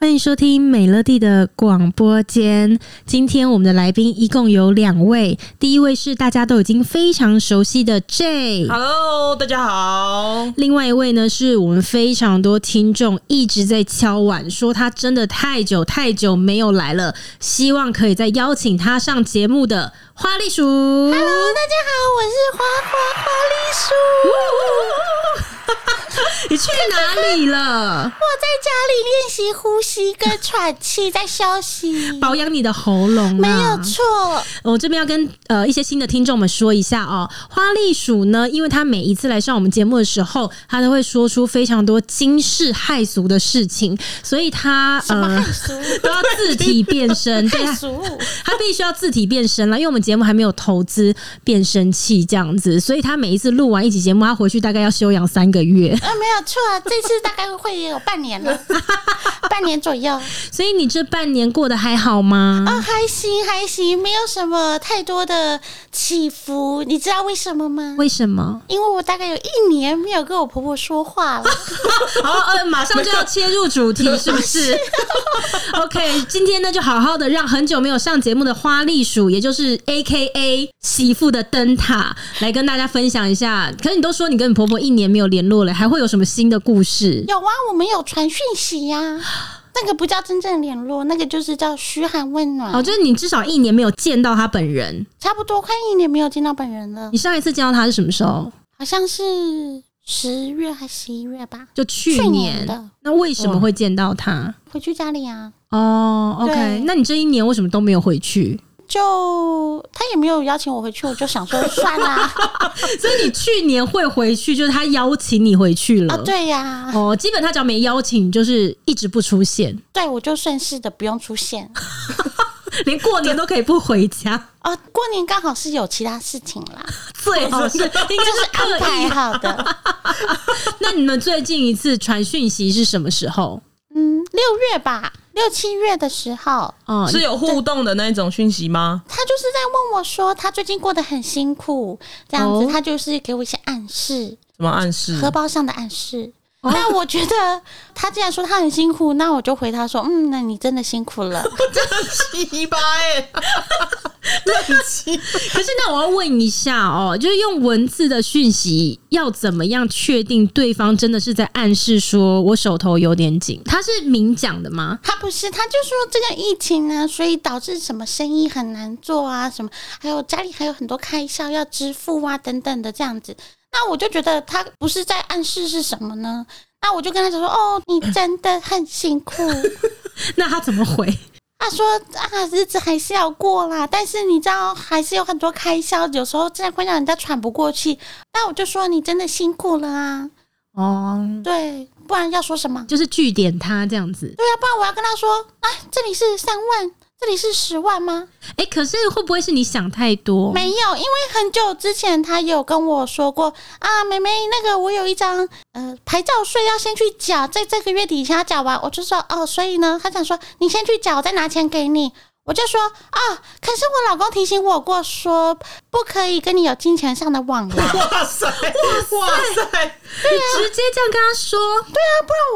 欢迎收听美乐蒂的广播间。今天我们的来宾一共有两位，第一位是大家都已经非常熟悉的嗯 J， Hello，大家好。另外一位呢是我们非常多听众一直在敲碗说他真的太久太久没有来了，希望可以再邀请他上节目的花栗鼠。Hello，大家好，我是花花花栗 鼠，你去哪里了？我在家里练习呼吸跟喘气，在休 嗯息。保养你的喉咙、啊，没有错，我这边要跟呃一些新的听众们说一下哦，花栗鼠呢，因为它每一次来上我们节目的时候，它都会说出非常多惊世骇俗的事情，所以它什么呃汉俗？嗯都要自体变 身，对啊汉它俗？它必须要自体变身了，因为我们节目还没有投资变声器这样子，所以它每一次录完一集节目，它回去大概要休养三个月。啊，没有错，这次大概会有半年 了，半年左右。哦所以你这半年过得还好吗？啊，还行还行，没有什么太多的起伏。你知道为什么吗？为什么？因为我大概有一年没有跟我婆婆说话了。 好，呃，马上就要切入主题，是不是 ？OK，今天呢，就好好的让很久没有上节目的花栗鼠，也就是 A K A 媳妇的灯塔，来跟大家分享一下。可是你都说你跟你婆婆一年没有联络了，还会有什么新的故事？有啊，我们有传讯息呀、那个不叫真正联络，那个就是叫嘘寒问暖。哦，就是你至少一年没有见到她本人。差不多快一年没有见到本人了你，上一次见到她是什么时候？好像是十月还十一月吧，就去去年。年的那为什么会见到她？回去家里啊，哦对，OK，那你这一年为什么都没有回去？ 就他也没有邀请我回去，我就想说算啦、所以你去年会回去，就是她邀请你回去了。啊，对呀、 哦，基本他只要没邀请，就是一直不出现，对我就顺势的不用出现。连过年都可以不回 家，啊，过年刚好是有其他事情啦，最好是应该是就是安刻排啊意。好的。那你们最近一次传讯息是什么时候？嗯，六月吧，六七月的时候，哦、是有互动的那一种讯息吗？他就是在问我说，他最近过得很辛苦，这样子，哦他就是给我一些暗示。什么暗示？荷包上的暗示。那我觉得他既然说他很辛苦，那我就回他说：“嗯，那你真的辛苦了。七八哎，可是那我要问一下哦，就是用文字的讯息要怎么样确定对方真的是在暗示说我手头有点紧？他是明讲的吗”？他不是，他就说这个疫情啊，所以导致什么生意很难做啊，什么还有家里还有很多开销要支付啊，等等的这样子。那我就觉得他不是在暗示是什么呢？那我就跟他讲说：“哦，你真的很辛苦。”那他怎么 回？他说啊，日子还是要过啦，但是你知道还是有很多开销，有时候真的会让人家喘不过气。那我就说你真的辛苦了啊，哦，对，不然要说什么？就是据点他这样子。对啊，不然我要跟他说啊，这里是三万，这里是十万吗？哎、可是会不会是你想太多？没有，因为很久之前他有跟我说过啊，妹妹，那个我有一张呃牌照税要先去缴，在这个月底前要缴完。我就说哦，所以呢，他想说你先去缴，我再拿钱给你。我就说啊，可是我老公提醒我过说，不可以跟你有金钱上的往来，不然哇塞，哇塞，啊你直接这样跟他说，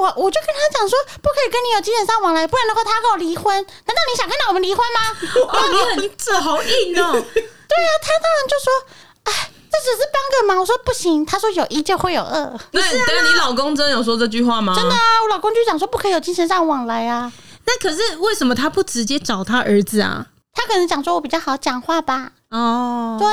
我我就跟他讲说，不可以跟你有金钱上往来，不然的话他要跟我离婚。难道你想看到我们离婚 吗？哦，你很这好硬哦。对啊，他当然就说，哎，这只是帮个忙。我说不行，他说有一就会有二。 那但你老公真有说这句话吗？真的啊，我老公就讲说不可以有精神上往来啊。那可是为什么他不直接找他儿子啊？他可能讲说我比较好讲话吧。哦，对，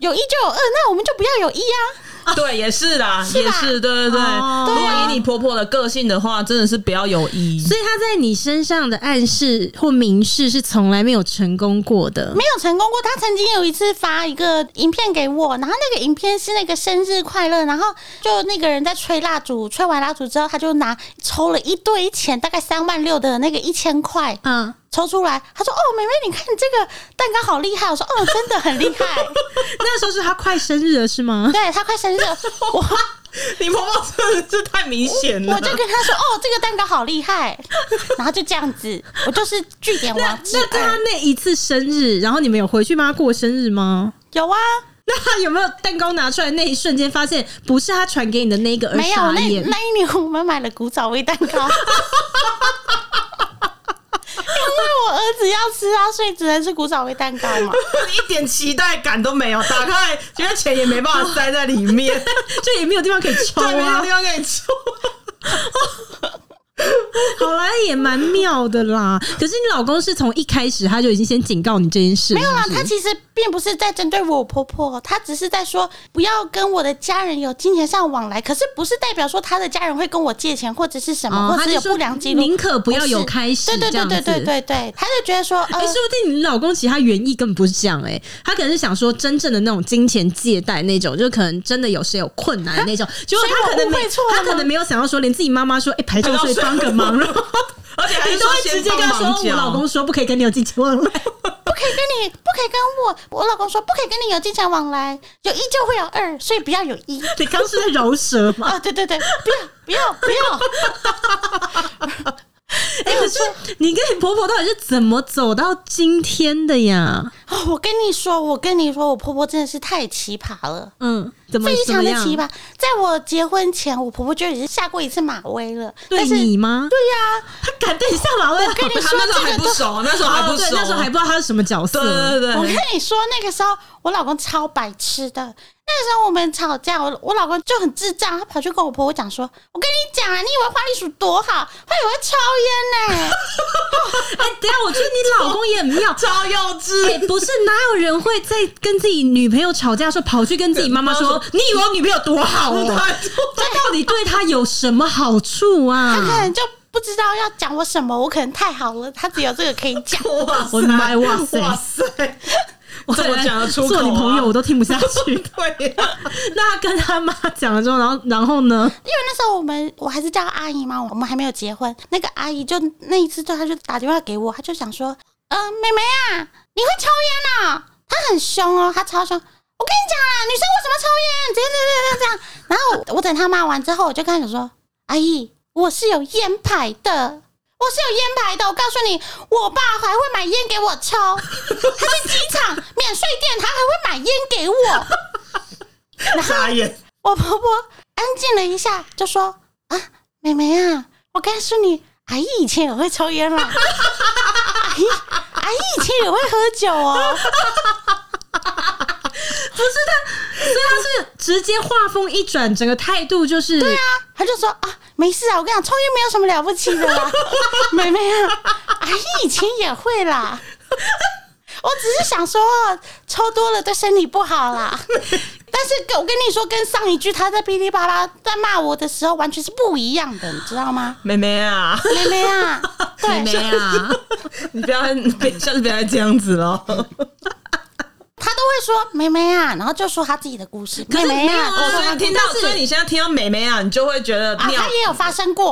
有一就有二，那我们就不要有一啊。对，也是啦，是吧也是，对对对。哦如果以你婆婆的个性的话，真的是不要有意。所以他在你身上的暗示或明示是从来没有成功过的。没有成功过。他曾经有一次发一个影片给我，然后那个影片是那个生日快乐，然后就那个人在吹蜡烛，吹完蜡烛之后，他就拿抽了一堆钱，大概三万六的那个一千块嗯，抽出来，他说：“哦，妹妹，你看这个蛋糕好厉害。”我说：“哦，真的很厉害。那时候是他快生日了，是”吗？对他快生日了，我你婆婆真的是太明显了我就跟他说：“哦，这个蛋糕好厉害。”然后就这样子，我就是据点王之那在他二。那一次生日，然后你们有回去帮他过生日吗？有啊，那他有没有蛋糕拿出来那一瞬间，发现不是他传给你的那一个而没有，呃傻那眼？那一年我们买了古早味蛋糕，因 为我儿子要吃啊，所以只能吃古早味蛋糕嘛。一点期待感都 没有，打开觉得钱也没办法塞在里面，就也没有地方可以抽 对，没有啊地。方可以抽。好啦，也蛮妙的啦。可是你老公是从一开始他就已经先警告你这件事，没有啊，他其实并不是在针对我婆婆，他只是在说不要跟我的家人有金钱上往来。可是不是代表说他的家人会跟我借钱或者是什哦么，或他者就是有说不良记录，宁可不要有是开始对对这对样对对子对对，他就觉得说，呃哎、，说不定你老公其实他原意根本不是这样哎、他可能是想说真正的那种金钱借贷那种，就可能真的有谁有困难的那种，结果他可能没所以我误会错了他可能没有想到说，连自己妈妈说哎、排排排税交税帮个忙，然后 而且还你是都说会先直接跟他帮忙说，我讲老公说不可以跟你有金钱往来，不可以跟你，不可以跟我，我老公说不可以跟你有金钱往来，有一就会有二，所以不要有 一。你刚是在饶舌 吗？啊，对对对，不要不要不要！哎、可是你跟你婆婆到底是怎么走到今天的呀？哦，我跟你说，我跟你说，我婆婆真的是太奇葩了。嗯，怎么非怎常么的样奇葩，在我结婚前，我婆婆就已经下过一次马威了。对但是你吗？对呀、他敢对你下马威，我跟他那时候还不熟，那时候还不熟，哦对，那时候还不知道他是什么角色。对对对哎我跟对，。你说，那个时候我老公超白痴的。那个时候我们吵架，我我老公就很智障，他跑去跟我婆婆讲说：“我跟你讲啊，你以为花栗鼠多好，他以为抽烟呢、哎、等一下，我觉得你老公也很妙超幼哎、稚。不是，哪有人会在跟自己女朋友吵架的时候跑去跟自己妈妈说：“你以为我女朋友多好 哦、这到底对她有什么好处他可啊能就不知道要讲我什么，我可能太好了，他只有这个可以讲。哇塞我的妈哇塞哇塞！？”我这么讲得出口啊做你朋友我都听不下 去。对啊呀，那她跟她妈讲了之后，然后然后呢？因为那时候我们我还是叫她阿姨嘛，我们还没有结婚。那个阿姨就那一次，对，她就打电话给我，她就想说：“嗯、呃，妹妹啊，你会抽烟啊、她很凶哦，她超凶。我跟你讲啦，女生为什么抽烟？这样这样这样这样。然后我我等她骂完之后，我就跟她讲说：“阿姨，我是有烟牌的。”我是有烟牌的，我告诉你，我爸还会买烟给我抽，他去机场免税店，他还会买烟给我。傻眼。我婆婆安静了一下，就说：“啊，妹妹啊，我告诉你，阿姨以前也会抽烟啦，阿姨阿姨以前也会喝酒哦。 所以她是直接话锋一转，整个态度就是对啊，”她就说：“啊，没事啊，我跟你讲，抽烟没有什么了不起 的啦，妹妹啊，阿姨以前也会啦。”我只是想说，抽多了对身体不好啦。但是跟我跟你说，跟上一句她在噼里啪啦在骂我的时候，完全是不一样的，你知 道吗？妹妹啊，妹妹啊，对，妹妹 啊，你不要，别下次不要再这样子了。嗯他都会说“妹妹啊”，然后就说他自己的故事。可妹是妹没有啊，啊哦，所以你听到但，是所以你现在听到妹妹啊，你就会觉得啊，尿他也有发生过，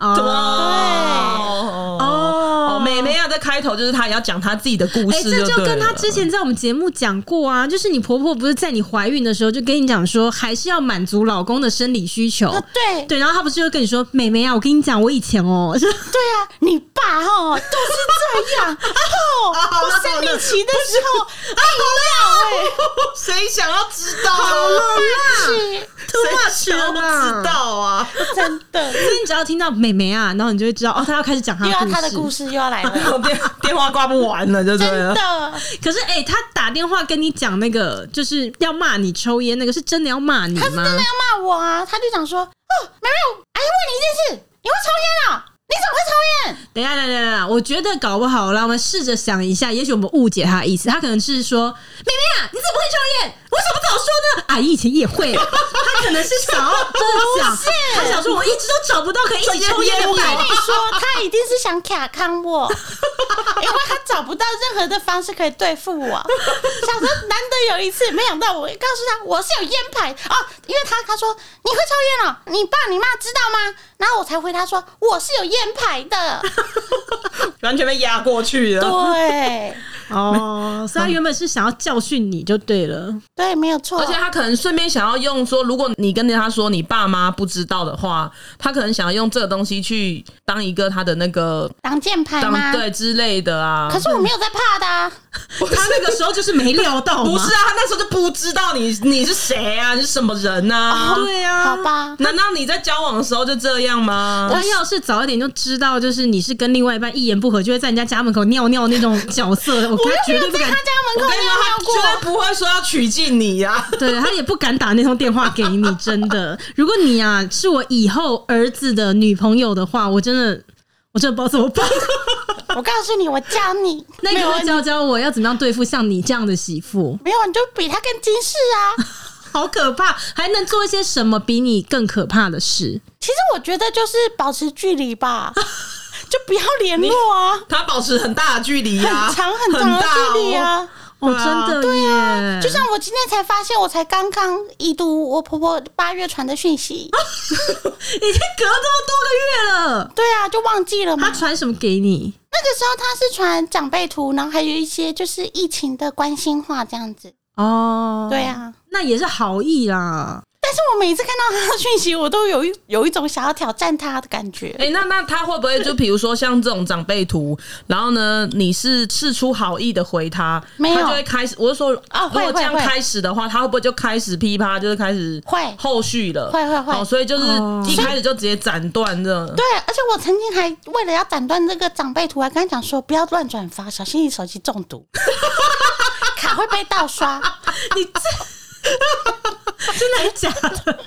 哦怎么？哦哦哦，妹妹啊，在开头就是她也要讲她自己的故哎、事，这就对跟她了之前在我们节目讲过啊，就是你婆婆不是在你怀孕的时候就跟你讲说，还是要满足老公的生理需求。啊，对对，然后她不是就跟你说，妹妹啊，我跟你讲，我以前哦， 是对啊，你爸哦都是这样哦，我生理期的时候硬要哦谁想要知道啊？哎，谁想要知道啊？是真的，所以你只要听到妹妹啊，然后你就会知道哦，她要开始讲她又的要故事。他的故事又要来了，电电话挂不完了，就对真了。的。可是哎、她打电话跟你讲那个，就是要骂你抽烟那个，是真的要骂你吗？他骂我啊，他就讲说：“哦，妹妹，阿姨问你一件事，你会抽烟啊？你怎么会抽烟？等一下，等一下，等一下，我觉得搞不好啦，我们试着想一下，也许我们误解他的意思，他可能是说：“妹妹啊，你怎么会抽烟？为什么不早说呢？”啊阿姨以前也会，他可能是想要真的讲，他想说我一直都找不到可以一起抽烟的我我跟。你说，他一定是想卡康我， 因为他找不到任何的方式可以对付我。想说难得有一次，没想到我告诉他我是有烟牌哦，因为他他说你会抽烟哦，你爸你妈知道吗？然后我才回他说我是有烟牌的， 完全被压过去了。对哦，所以他原本是想要教训你就对了。对，没有错而且。他可能顺便想要用说，如果你跟着他说你爸妈不知道的话，他可能想要用这个东西去当一个他的那个挡箭牌当吗？对之类的啊可。是我没有在怕的、啊，他那个时候就是没料到嘛，不是啊，他那时候就不知道你你是谁啊，你是什么人呐、啊？对啊，哦好吧，难道你在交往的时候就这样吗？他要是早一点就知道，就是你是跟另外一半一言不合就会在人家家门口尿尿那种角色，我我他绝又没对有不在敢他，家我门口跟你说，尿啊他尿过。绝对不会说要取信你啊呀、对他也不敢打那通电话给你。真的，如果你啊是我以后儿子的女朋友的话，我真的我真的不知道怎么办。我告诉你，我教 你，那没你有会教教我要怎么样对付像你这样的媳妇？没有，你就比他更精细啊。好可怕！还能做一些什么比你更可怕的事？其实我觉得就是保持距离吧，就不要联络啊，他保持很大的距离呀、很长很长的大哦距离啊。哦，对啊真的耶！就像我今天才发现，我才刚刚已读我婆婆八月传的讯息，已经隔这么多个月了，对啊，就忘记了嘛他。传什么给你？那个时候她是传长辈图，然后还有一些就是疫情的关心话这样子。哦，对，啊，那也是好意啦。但是我每次看到她的讯息，我都有一有一种想要挑战她的感 觉。哎、那那他会不会就比如说像这种长辈图，然后呢，你是事出好意的回他，没有他就会开始，我就说啊如会果这样会会开始的话，他会不会就开始噼啪，就是开始会后续了，会会会哦，所以就是哦一开始就直接斩断这样。对，而且我曾经还为了要斩断这个长辈图，还跟他讲说不要乱转发，小心你手机中毒， 卡会被盗刷。你这真的还假的？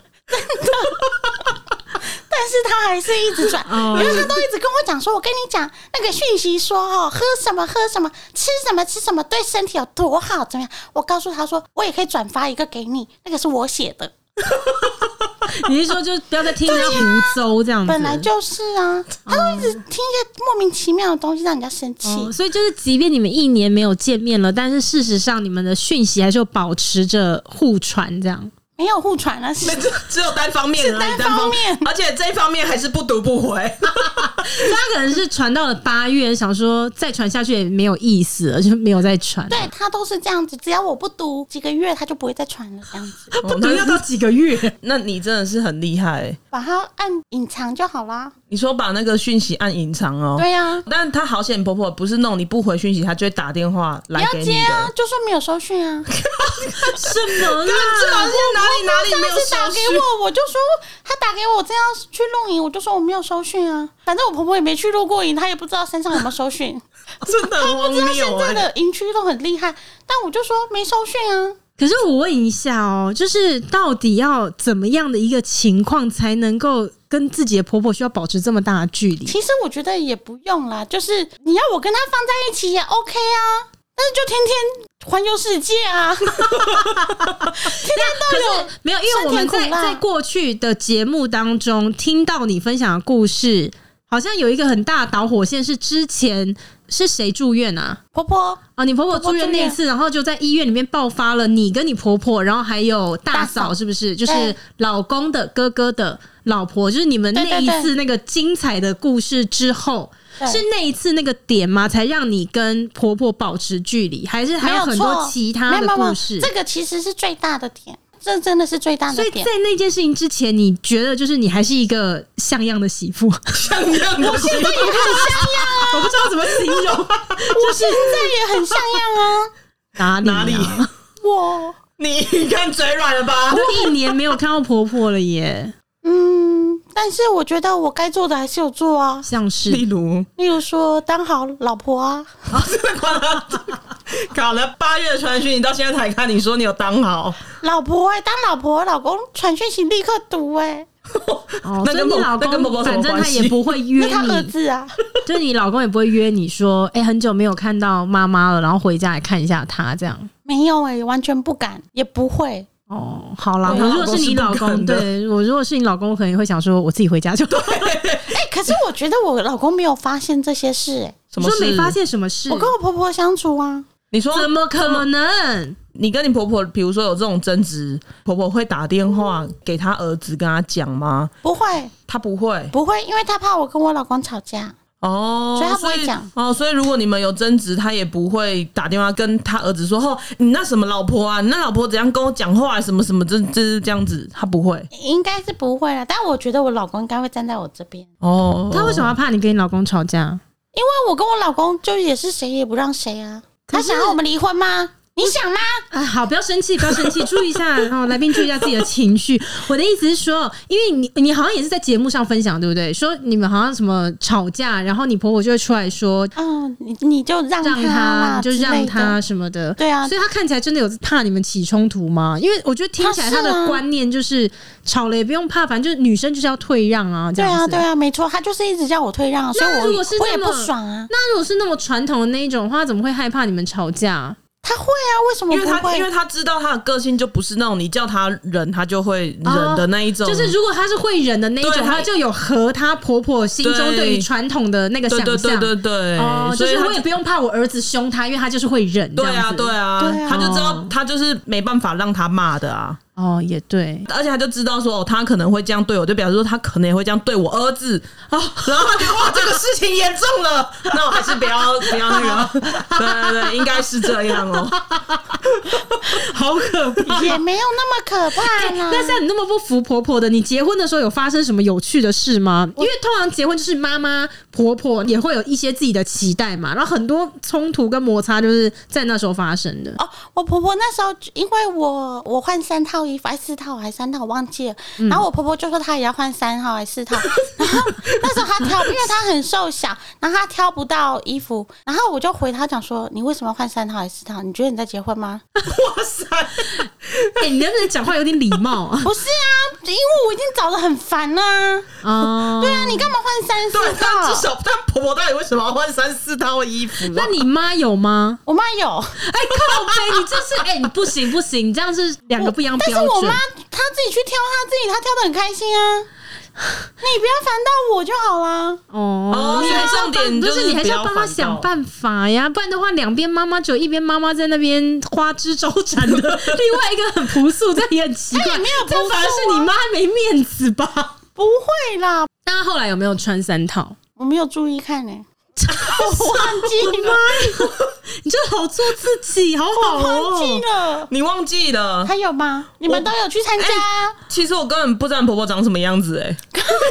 但是他还是一直转，哦因为他都一直跟我讲说，我跟你讲那个讯息说哦，喝什么喝什么，吃什么吃什么，对身体有多好，怎么样？我告诉他说，我也可以转发一个给你，那个是我写嗯的，你是说就不要再听人家胡诌这样子？啊本来就是嗯啊，他都一直听一些莫名其妙的东西，让人家生气。哦，所以就是，即便你们一年没有见面了，但是事实上你们的讯息还是有保持着互传这样。没有互传啊，是只 只有单方面而已，单单方面而且这一方面还是不读不回。 他可能是传到了八月，想说再传下去也没有意思了，就没有再传。对他都是这样子，只要我不读几个月，他就不会再传了，这样子，不读要到几个月？哦那你真的是很厉害、 把它按隐藏就好啦。你说把那个讯息按隐藏哦，对啊，但她好险婆婆不是弄你不回讯息，她就会打电话不来要给你接啊的。，就说没有收讯啊。什么啦？这好像哪里哪里没有上次打收给讯。我，我就说他打给我，正要去露营，我就说我没有收讯啊。反正我婆婆也没去露过营，她也不知道山上有没有 收讯。真的很不荒知道现谬在哎、的营区都很厉害，但我就说没收讯啊。可是我问一下哦，就是到底要怎么样的一个情况才能够跟自己的婆婆需要保持这么大的距离？其实我觉得也不用啦，就是你要我跟她放在一起也 OK 啊，但是就天天环游世界啊， 天天都有可是没有，因为我们在酸甜苦辣在过去的节目当中听到你分享的故事，好像有一个很大的导火线是之前是谁住院啊？婆婆啊，你婆婆住院那一次，然后就在医院里面爆发了你跟你婆婆，然后还有大大嫂，嫂是不是？就是对老公的哥哥的老婆，就是你们对对那一对次那个精彩的故事之后。对是那一次那个点吗？才让你跟婆婆保持距离，还是还没有很错多其他没的有没有故事？这个其实是最大的点，这真的是最大所的以点在。那件事情之前，你觉得就是你还是一个像样的媳妇，我像样的媳妇， 不知道怎么形容，我现在也很像样啊， 哪里、哪里 我 你看嘴软了吧？都一年没有看到婆婆了耶，嗯，但是我觉得我该做的还是有做啊，像 例是如，例如说当好老婆啊，搞了八月的传讯，你到现在才看，你说你有当好，老婆哎、当老婆，老公传讯息立刻读哎、哦，那所以跟你婆老那跟婆公婆什反么正关他系也不会约 那他儿你，子啊，就是你老公也不会约你说，哎、很久没有看到妈妈了，然后回家来看一下她这样。没有哎、完全不敢，也不会。哦，好啦，对我如果是你老老公公，是不敢的对我如果是你老公，我可能会想说，我自己回家就好。哎、可是我觉得我老公没有发现这些事哎、什你么说事没发？现什么事？我跟我婆婆相处啊，你说怎么可能？你跟你婆婆，比如说有这种争执，婆婆会打电话给她儿子跟她讲吗？不会她不会不会，因为她怕我跟我老公吵架，哦，所以她不会讲哦。所以如果你们有争执，她也不会打电话跟她儿子说：“哦，你那什么老婆啊，你那老婆怎样跟我讲话，啊什么什么，这这这样子。”她不会应该是不会啦。但我觉得我老公应该会站在我这边，哦。她为什么要怕你跟你老公吵架？因为我跟我老公就也是谁也不让谁啊。他是想要我们离婚吗？你想吗？哎，好，不要生气，不要生气， 注意一下，哦，来宾注意一下自己的情绪。我的意思是说，因为你你好像也是在节目上分享，对不对？说你们好像什么吵架，然后你婆婆就会出来说嗯，你你就让让啦他，你就之让类的他什么的。对啊所以他看起来真的有怕你们起冲突吗？因为我觉得听起来他他是的啊观念就是吵了也不用怕，反正就是女生就是要退让啊，这对样啊，子。对啊，没错，他就是一直叫我退让，啊所以我如果是我也这么不爽啊。那如果是那么传统的那一种的话，他怎么会害怕你们吵架？他会啊，为什么因为不他因为会？他知道他的个性就不是那种你叫他忍他就会忍的那一哦种，就是如果她是会忍的那一种，对她就有和她婆婆心中对对于传统的那个想对象。对对对对，哦，就所以是他我也不用怕我儿子凶他，因为他就是会忍。对这样啊子对。啊对啊，他就知道哦他就是没办法让他骂的啊。哦，也对。而且他就知道说哦，他可能会这样对我，就表示说他可能也会这样对我儿子啊、然后他就哇，这个事情严重了，那我还是不 要不要那个，对对对，应该是这样哦，好可怕。也没有那么可怕 啦。那像你那么不服婆婆的，你结婚的时候有发生什么有趣的事吗？因为通常结婚就是妈妈、婆婆也会有一些自己的期待嘛，然后很多冲突跟摩擦就是在那时候发生 的。哦，我婆婆那时候因为我我换三套衣服，还四套还三套，我忘记了。嗯然后我婆婆就说她也要换三号还四套，然后那时候她挑，因为她很瘦小，然后她挑不到衣服，然后我就回她讲说：“你为什么要换三套还四套？你觉得你在结婚吗？” 哇塞，哎、你能不能讲话有点礼貌啊？不是啊，因为我已经找的很烦啦、 哦，对啊，你干嘛换三对四，但至套？少但婆婆到底为什么要换三四套衣服、啊？那你妈有吗？我妈有，哎、靠背，你这是哎、你不行不行，你这样是两个不一样但标是准。我妈她自己去挑她自己，她挑的很开心啊。 你不要烦到我就好啦。哦哦你所以还是要重点帮不就是是你还是不要要帮她烦想恼办法呀，不然的话两边妈妈只有一边妈妈在那边花枝招展的，另 外一个很朴素，这样也很奇怪。也没有这样朴反而素是你啊妈没面子吧？不会啦，那她后来有没有穿三 套？我没有注意看呢、欸我忘记了，你就好做自己，好我好忘哦记。了。你忘记了？还有吗？你们都有去参加啊、其实我根本不知道你婆婆长什么样子哎、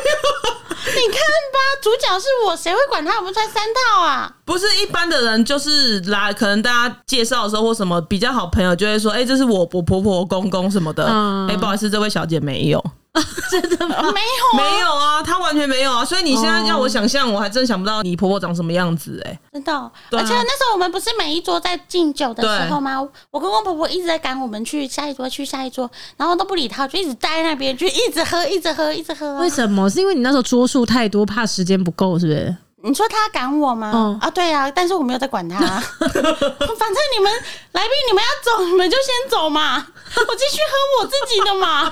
你看吧，主角是我，谁会管他有没有穿三套啊？不是一般的人，就是来可能大家介绍的时候或什么比较好朋友就会说，哎、这是我我婆婆公公什么的，哎、嗯不好意思，这位小姐没有，没有、啊，没有啊，她完全没有啊，所以你现在哦要我想象，我还真想不到你婆婆长什么样子、 哎，真的哦。对啊而且那时候我们不是每一桌在敬酒的时候吗？我公公婆婆一直在赶我们去下一桌，去下一桌，然后都不理他，我就一直待在那边，就一直喝，一直喝，一直喝啊、为什么？是因为你那时候桌数太多，怕时间不够，是不是？你说他赶我吗？嗯啊，对啊，但是我没有在管他、反正你们来宾你们要走，你们就先走嘛，我继续喝我自己的嘛。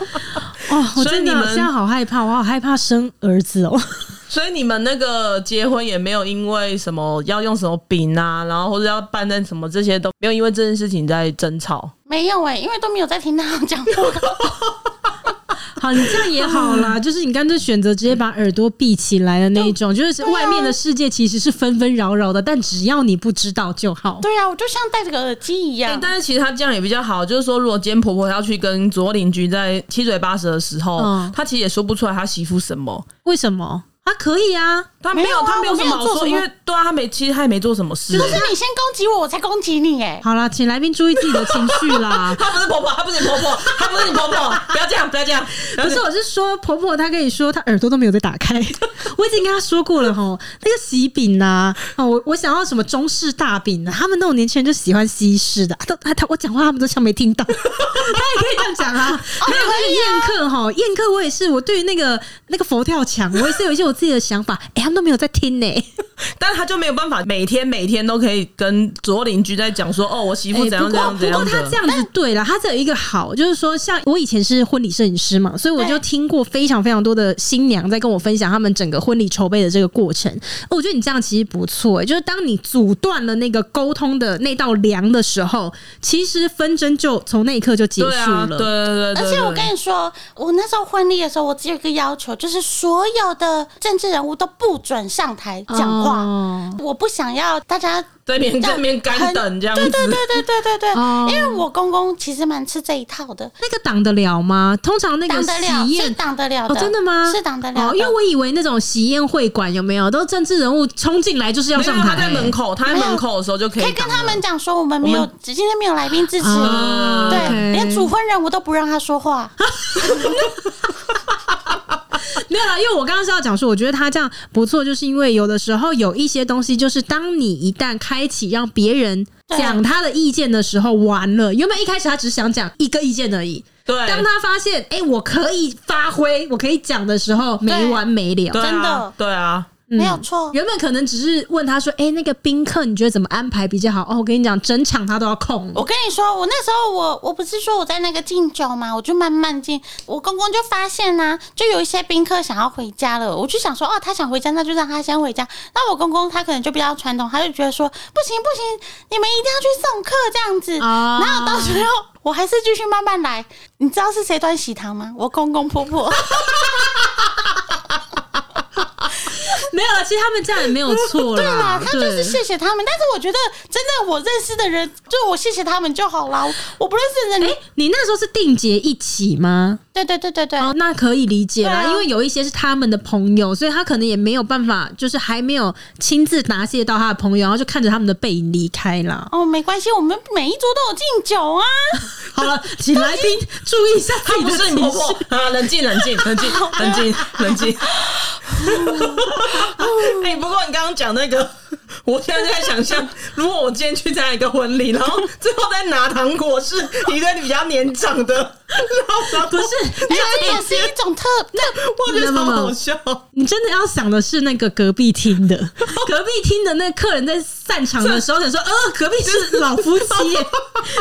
哦，我所以真的你们现在好害怕，我好害怕生儿子哦。所以你们那个结婚也没有因为什么要用什么饼啊，然后或者要办那什么这些都没有因为这件事情在争吵。没有哎、因为都没有在听他讲过。 好，你这样也好啦， 就是你干脆选择直接把耳朵闭起来的那一种，就是外面的世界其实是纷纷扰扰的，但只要你不知道就好。对啊，我就像戴着个耳机一哎、样。但是其实她这样也比较好，就是说，如果今天婆婆要去跟左邻居在七嘴八舌的时候，嗯她其实也说不出来她媳妇什么，为什么？啊，可以啊，他没没有有，啊他没有我什没有么好做说，什因么为对啊，他没，其实他也没做什么事就欸。。是你先攻击我，我才攻击你哎、好啦，请来宾注意自己的情绪啦她不是婆婆，她不是你婆 婆，她不是你婆婆，不要这 样，不要这样。不是，我是说婆婆她跟你说，她耳朵都没有在打开。我已经跟她说过了吼，那个喜饼呐、啊，哦，我我想要什么中式大饼啊，他们那种年轻人就喜欢西式的，啊都他他我讲话他们都像没听到，他也可以这样讲啊。还有那个宴客哈，宴客我也是，我对于那个那个佛跳墙，我也是有一些我自己的想法，哎、他们都没有在听呢、但她就没有办法每天每天都可以跟左邻居在讲说，哦，我媳哎妇怎样不怎过样怎不过样他这的。样子对了，他这有一个好，就是说，像我以前是婚礼摄影师嘛，所以我就对听过非常非常多的新娘在跟我分享他们整个婚礼筹备的这个过程。哦我觉得你这样其实不错、欸，就是当你阻断了那个沟通的那道梁的时候，其实纷争就从那一刻就结对束啊，对了。对对对。而且我对跟你说，我那时候婚礼的时候，我只有一个要求，就是所有的政治人物都不准上台讲话。哦我不想要大家在那边这在样那边干等这样子，对对对对对对对，哦因为我公公其实蛮吃这一套的，那个挡得了吗？通常那个挡得了，喜是宴挡得了哦，真的吗？是挡得了哦，的，因为我以为那种喜宴会馆有没有都政治人物冲进来就是要没有上他台，在门口，他在门口的时候就可以可可以跟他们讲说，我们没有我今天没有来宾支持，啊对 OK 连主婚人我都不让他 说话，没有啦，因为我刚刚是要讲说，我觉得他这样不错，就是因为有的时候有一些东西，就是当你一旦开启让别人对讲他的意见的时候，完了，原本一开始他只想讲一个意见而已，对，啊当他发现哎、诶我可以发挥，我可以讲的时候，没完没了。对啊真的对啊，嗯没有错。原本可能只是问他说：“哎、那个宾客你觉得怎么安排比较好？”哦，我跟你讲，整场他都要控。我跟你说，我那时候我我不是说我在那个敬酒嘛，我就慢慢敬。我公公就发现呐、就有一些宾客想要回家了，我就想说，哦，他想回家，那就让他先回家。那我公公他可能就比较传统，他就觉得说，不行不行，你们一定要去送客这样子。啊然后到时候我还是继续慢慢来。你知道是谁端喜糖吗？我公公婆婆。没有了，其实他们这样也没有错 对啦，啦。他就是谢谢他们，但是我觉得真的我认识的人，就我谢谢他们就好啦。我我不认识的人，哎、你那时候是定节一起吗？对对对对对，哦，那可以理解啦，对啊因为有一些是他们的朋友，所以他可能也没有办法，就是还没有亲自答谢到他的朋友，然后就看着他们的背影离开 啦。哦，没关系，我们每一桌都有敬酒 啊。好了，请来宾注意一下自他己不的是情你婆绪。婆啊，冷静冷静冷静冷静 冷静。哎，不过你刚刚讲那个，我现在就在想象，如果我今天去参加一个婚礼，然后最后再拿糖果是一个比较年长的，然后不是，哎，这也是一种特特，我觉得超好笑。你真的要想的是那个隔壁厅 的，隔壁厅的那个客人在散场的时候想说，呃，隔壁是老夫妻 耶，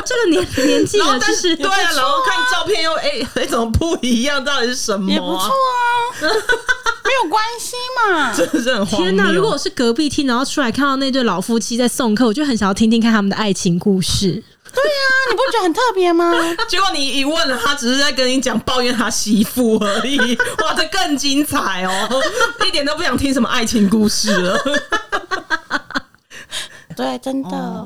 这个年年纪然后了，就但是对啊，然后看照片又哎哎怎么不一样？到底是什么？也不错啊， 没有关系嘛。真的是很荒天谬。如果我是隔壁厅，然后出来看到那对老夫妻在送客，我就很想要听听看他们的爱情故事。对啊，你不觉得很特别吗？结果你一问了，他只是在跟你讲抱怨他媳妇而已。哇，这更精彩哦，一点都不想听什么爱情故事了。对，真的，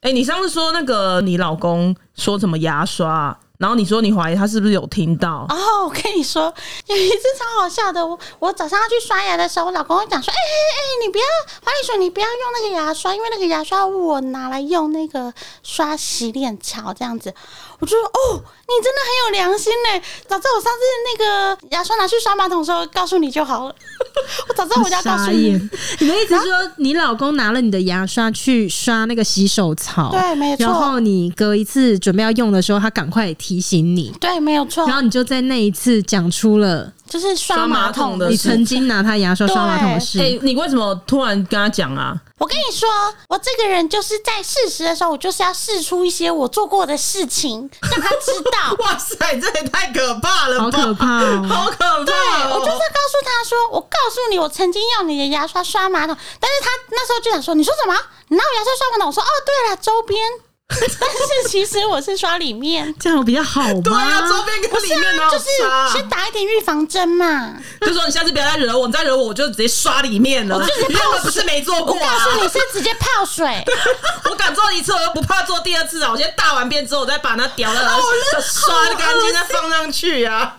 哎、你上次说那个你老公说什么牙刷，然后你说你怀疑他是不是有听到？然哦后我跟你说，有一次超好笑的，我我早上要去刷牙的时候，我老公会讲说：“哎哎哎，你不要，花栗鼠，你不要用那个牙刷，因为那个牙刷我拿来用那个刷洗脸槽这样子。”我就说：“哦，你真的很有良心呢！早知道我上次那个牙刷拿去刷马桶的时候告诉你就好了， 我早知道我就要告诉傻你。 眼！你的意思是说，你老公拿了你的牙刷去刷那个洗手槽，对没错然后你隔一次准备要用的时候，他赶快提醒你，对，没有错然，后你就在那一次讲出了就是刷刷马马桶桶的你事曾经拿他牙刷刷马桶的事。哎、你为什么突然跟他讲啊？我跟你说，我这个人就是在事实的时候，我就是要试出一些我做过的事情，让他知道。哇塞，这也太可怕了吧！好可怕哦好可对，怕、我哦！就是要告诉他说，我告诉你，我曾经用你的牙刷刷马桶，但是他那时候就想说，你说什么？你拿我牙刷刷马桶？我说，哦，对了，周边。 但是其实我是刷里面，这样比较好吗？对啊，周边跟里面哪有啊就是差？先打一点预防针嘛。就说你下次不要再惹我，你再惹我，我就直接刷里面了。我就是因为我不是没做我过、告啊，诉你是直接泡水，我敢做一次，我又不怕做第二次啊！我先大完便之后，我再把那屌的刷的干净，再放上去啊！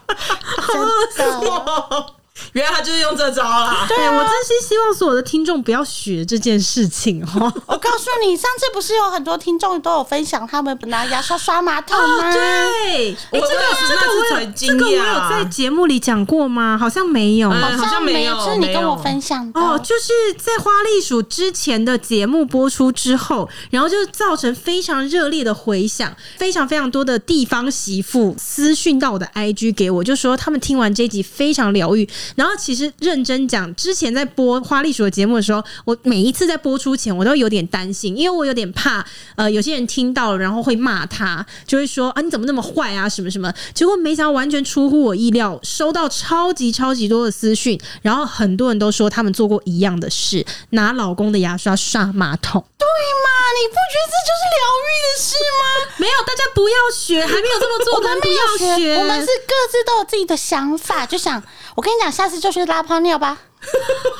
真 的。啊原来他就是用这招啦。对哎我真心希望所有的听众不要学这件事情 哦。我告诉你，上次不是有很多听众都有分享他们拿牙刷刷马桶哦，吗？对，哎这我个我也是这那次个我才有这惊个我有讶在节目里讲过吗？好像没有。嗯好好像没有，有是你没跟有我分享的。哦，就是在花栗鼠之前的节目播出之后，然后就造成非常热烈的回响，非常非常多的地方媳妇私讯到我的 IG 给我，就说他们听完这一集非常疗愈。然后其实认真讲，之前在播花栗鼠的节目的时候，我每一次在播出前，我都有点担心，因为我有点怕，呃，有些人听到了然后会骂他，就会说啊你怎么那么坏啊什么什么。结果没想到完全出乎我意料，收到超级超级多的私讯，然后很多人都说他们做过一样的事，拿老公的牙刷刷马桶。对嘛？你不觉得这就是疗愈的事吗？ 没没有，大家不要学，还没有这么做我的人们没不要 有学。我们是各自都有自己的想法，就想我跟你讲，下次就去拉泡尿吧。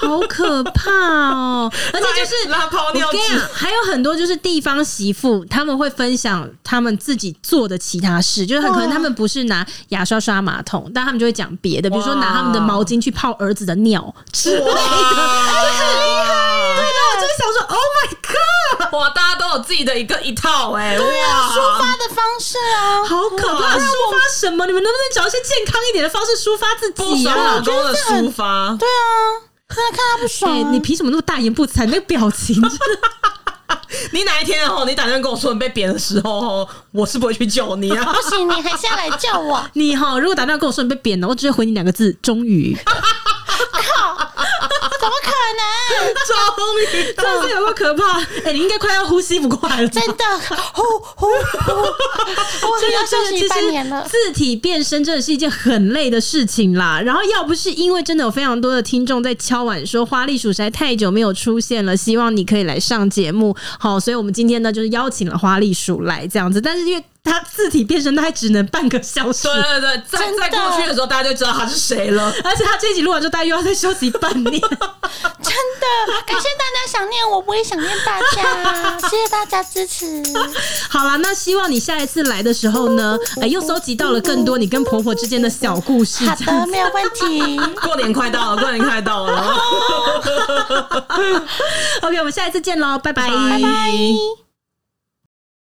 好可怕 哦！而且就是拉拉泡尿我跟你讲，还有很多就是地方媳妇，他们会分享他们自己做的其他事，就是很可能他们不是拿牙刷刷马桶，但他们就会讲别的，比如说拿他们的毛巾去泡儿子的尿之类的。对，那我就想说，Oh my God，哇，大家都有自己的一个一套哎、啊抒哇，发的方式啊，好可怕！哇抒发什么？你们能不能找一些健康一点的方式抒发自不己爽老啊？公的抒发，对啊，真的看他不爽啊、哎、你凭什么那么大言不惭？那个表 情，。你哪一天哦，你打算跟我说你被扁的时候哦，我是不会去救你啊。不行，你还是要来叫我 你哈，如果打电话跟我说你被扁了，我只会回你两个字：终于。靠，怎么可能？终 于，真的是有够可怕！哎、你应该快要呼吸不过来了吧。真的，呼呼呼！我这个要这休个息其半年实了。字体变身真的是一件很累的事情啦。然后要不是因为真的有非常多的听众在敲碗说花栗鼠实在太久没有出现了，希望你可以来上节目。好，所以我们今天呢就是邀请了花栗鼠来这样子，但是因为它字体变身，它还只能半个小时。对对对，在真的在过去的时候，大家就知道他是谁了。而且它这一集录完之后，大家又要再休息半 年。真 的，感谢大家想念我，我也想念大家，谢谢大家支 持。好啦，那希望你下一次来的时候呢，哎、又搜集到了更多你跟婆婆之间的小故事。好这样 的，子没有问题。过年快到了，过年快到了， OK，我们下一次见喽，拜拜。拜 拜。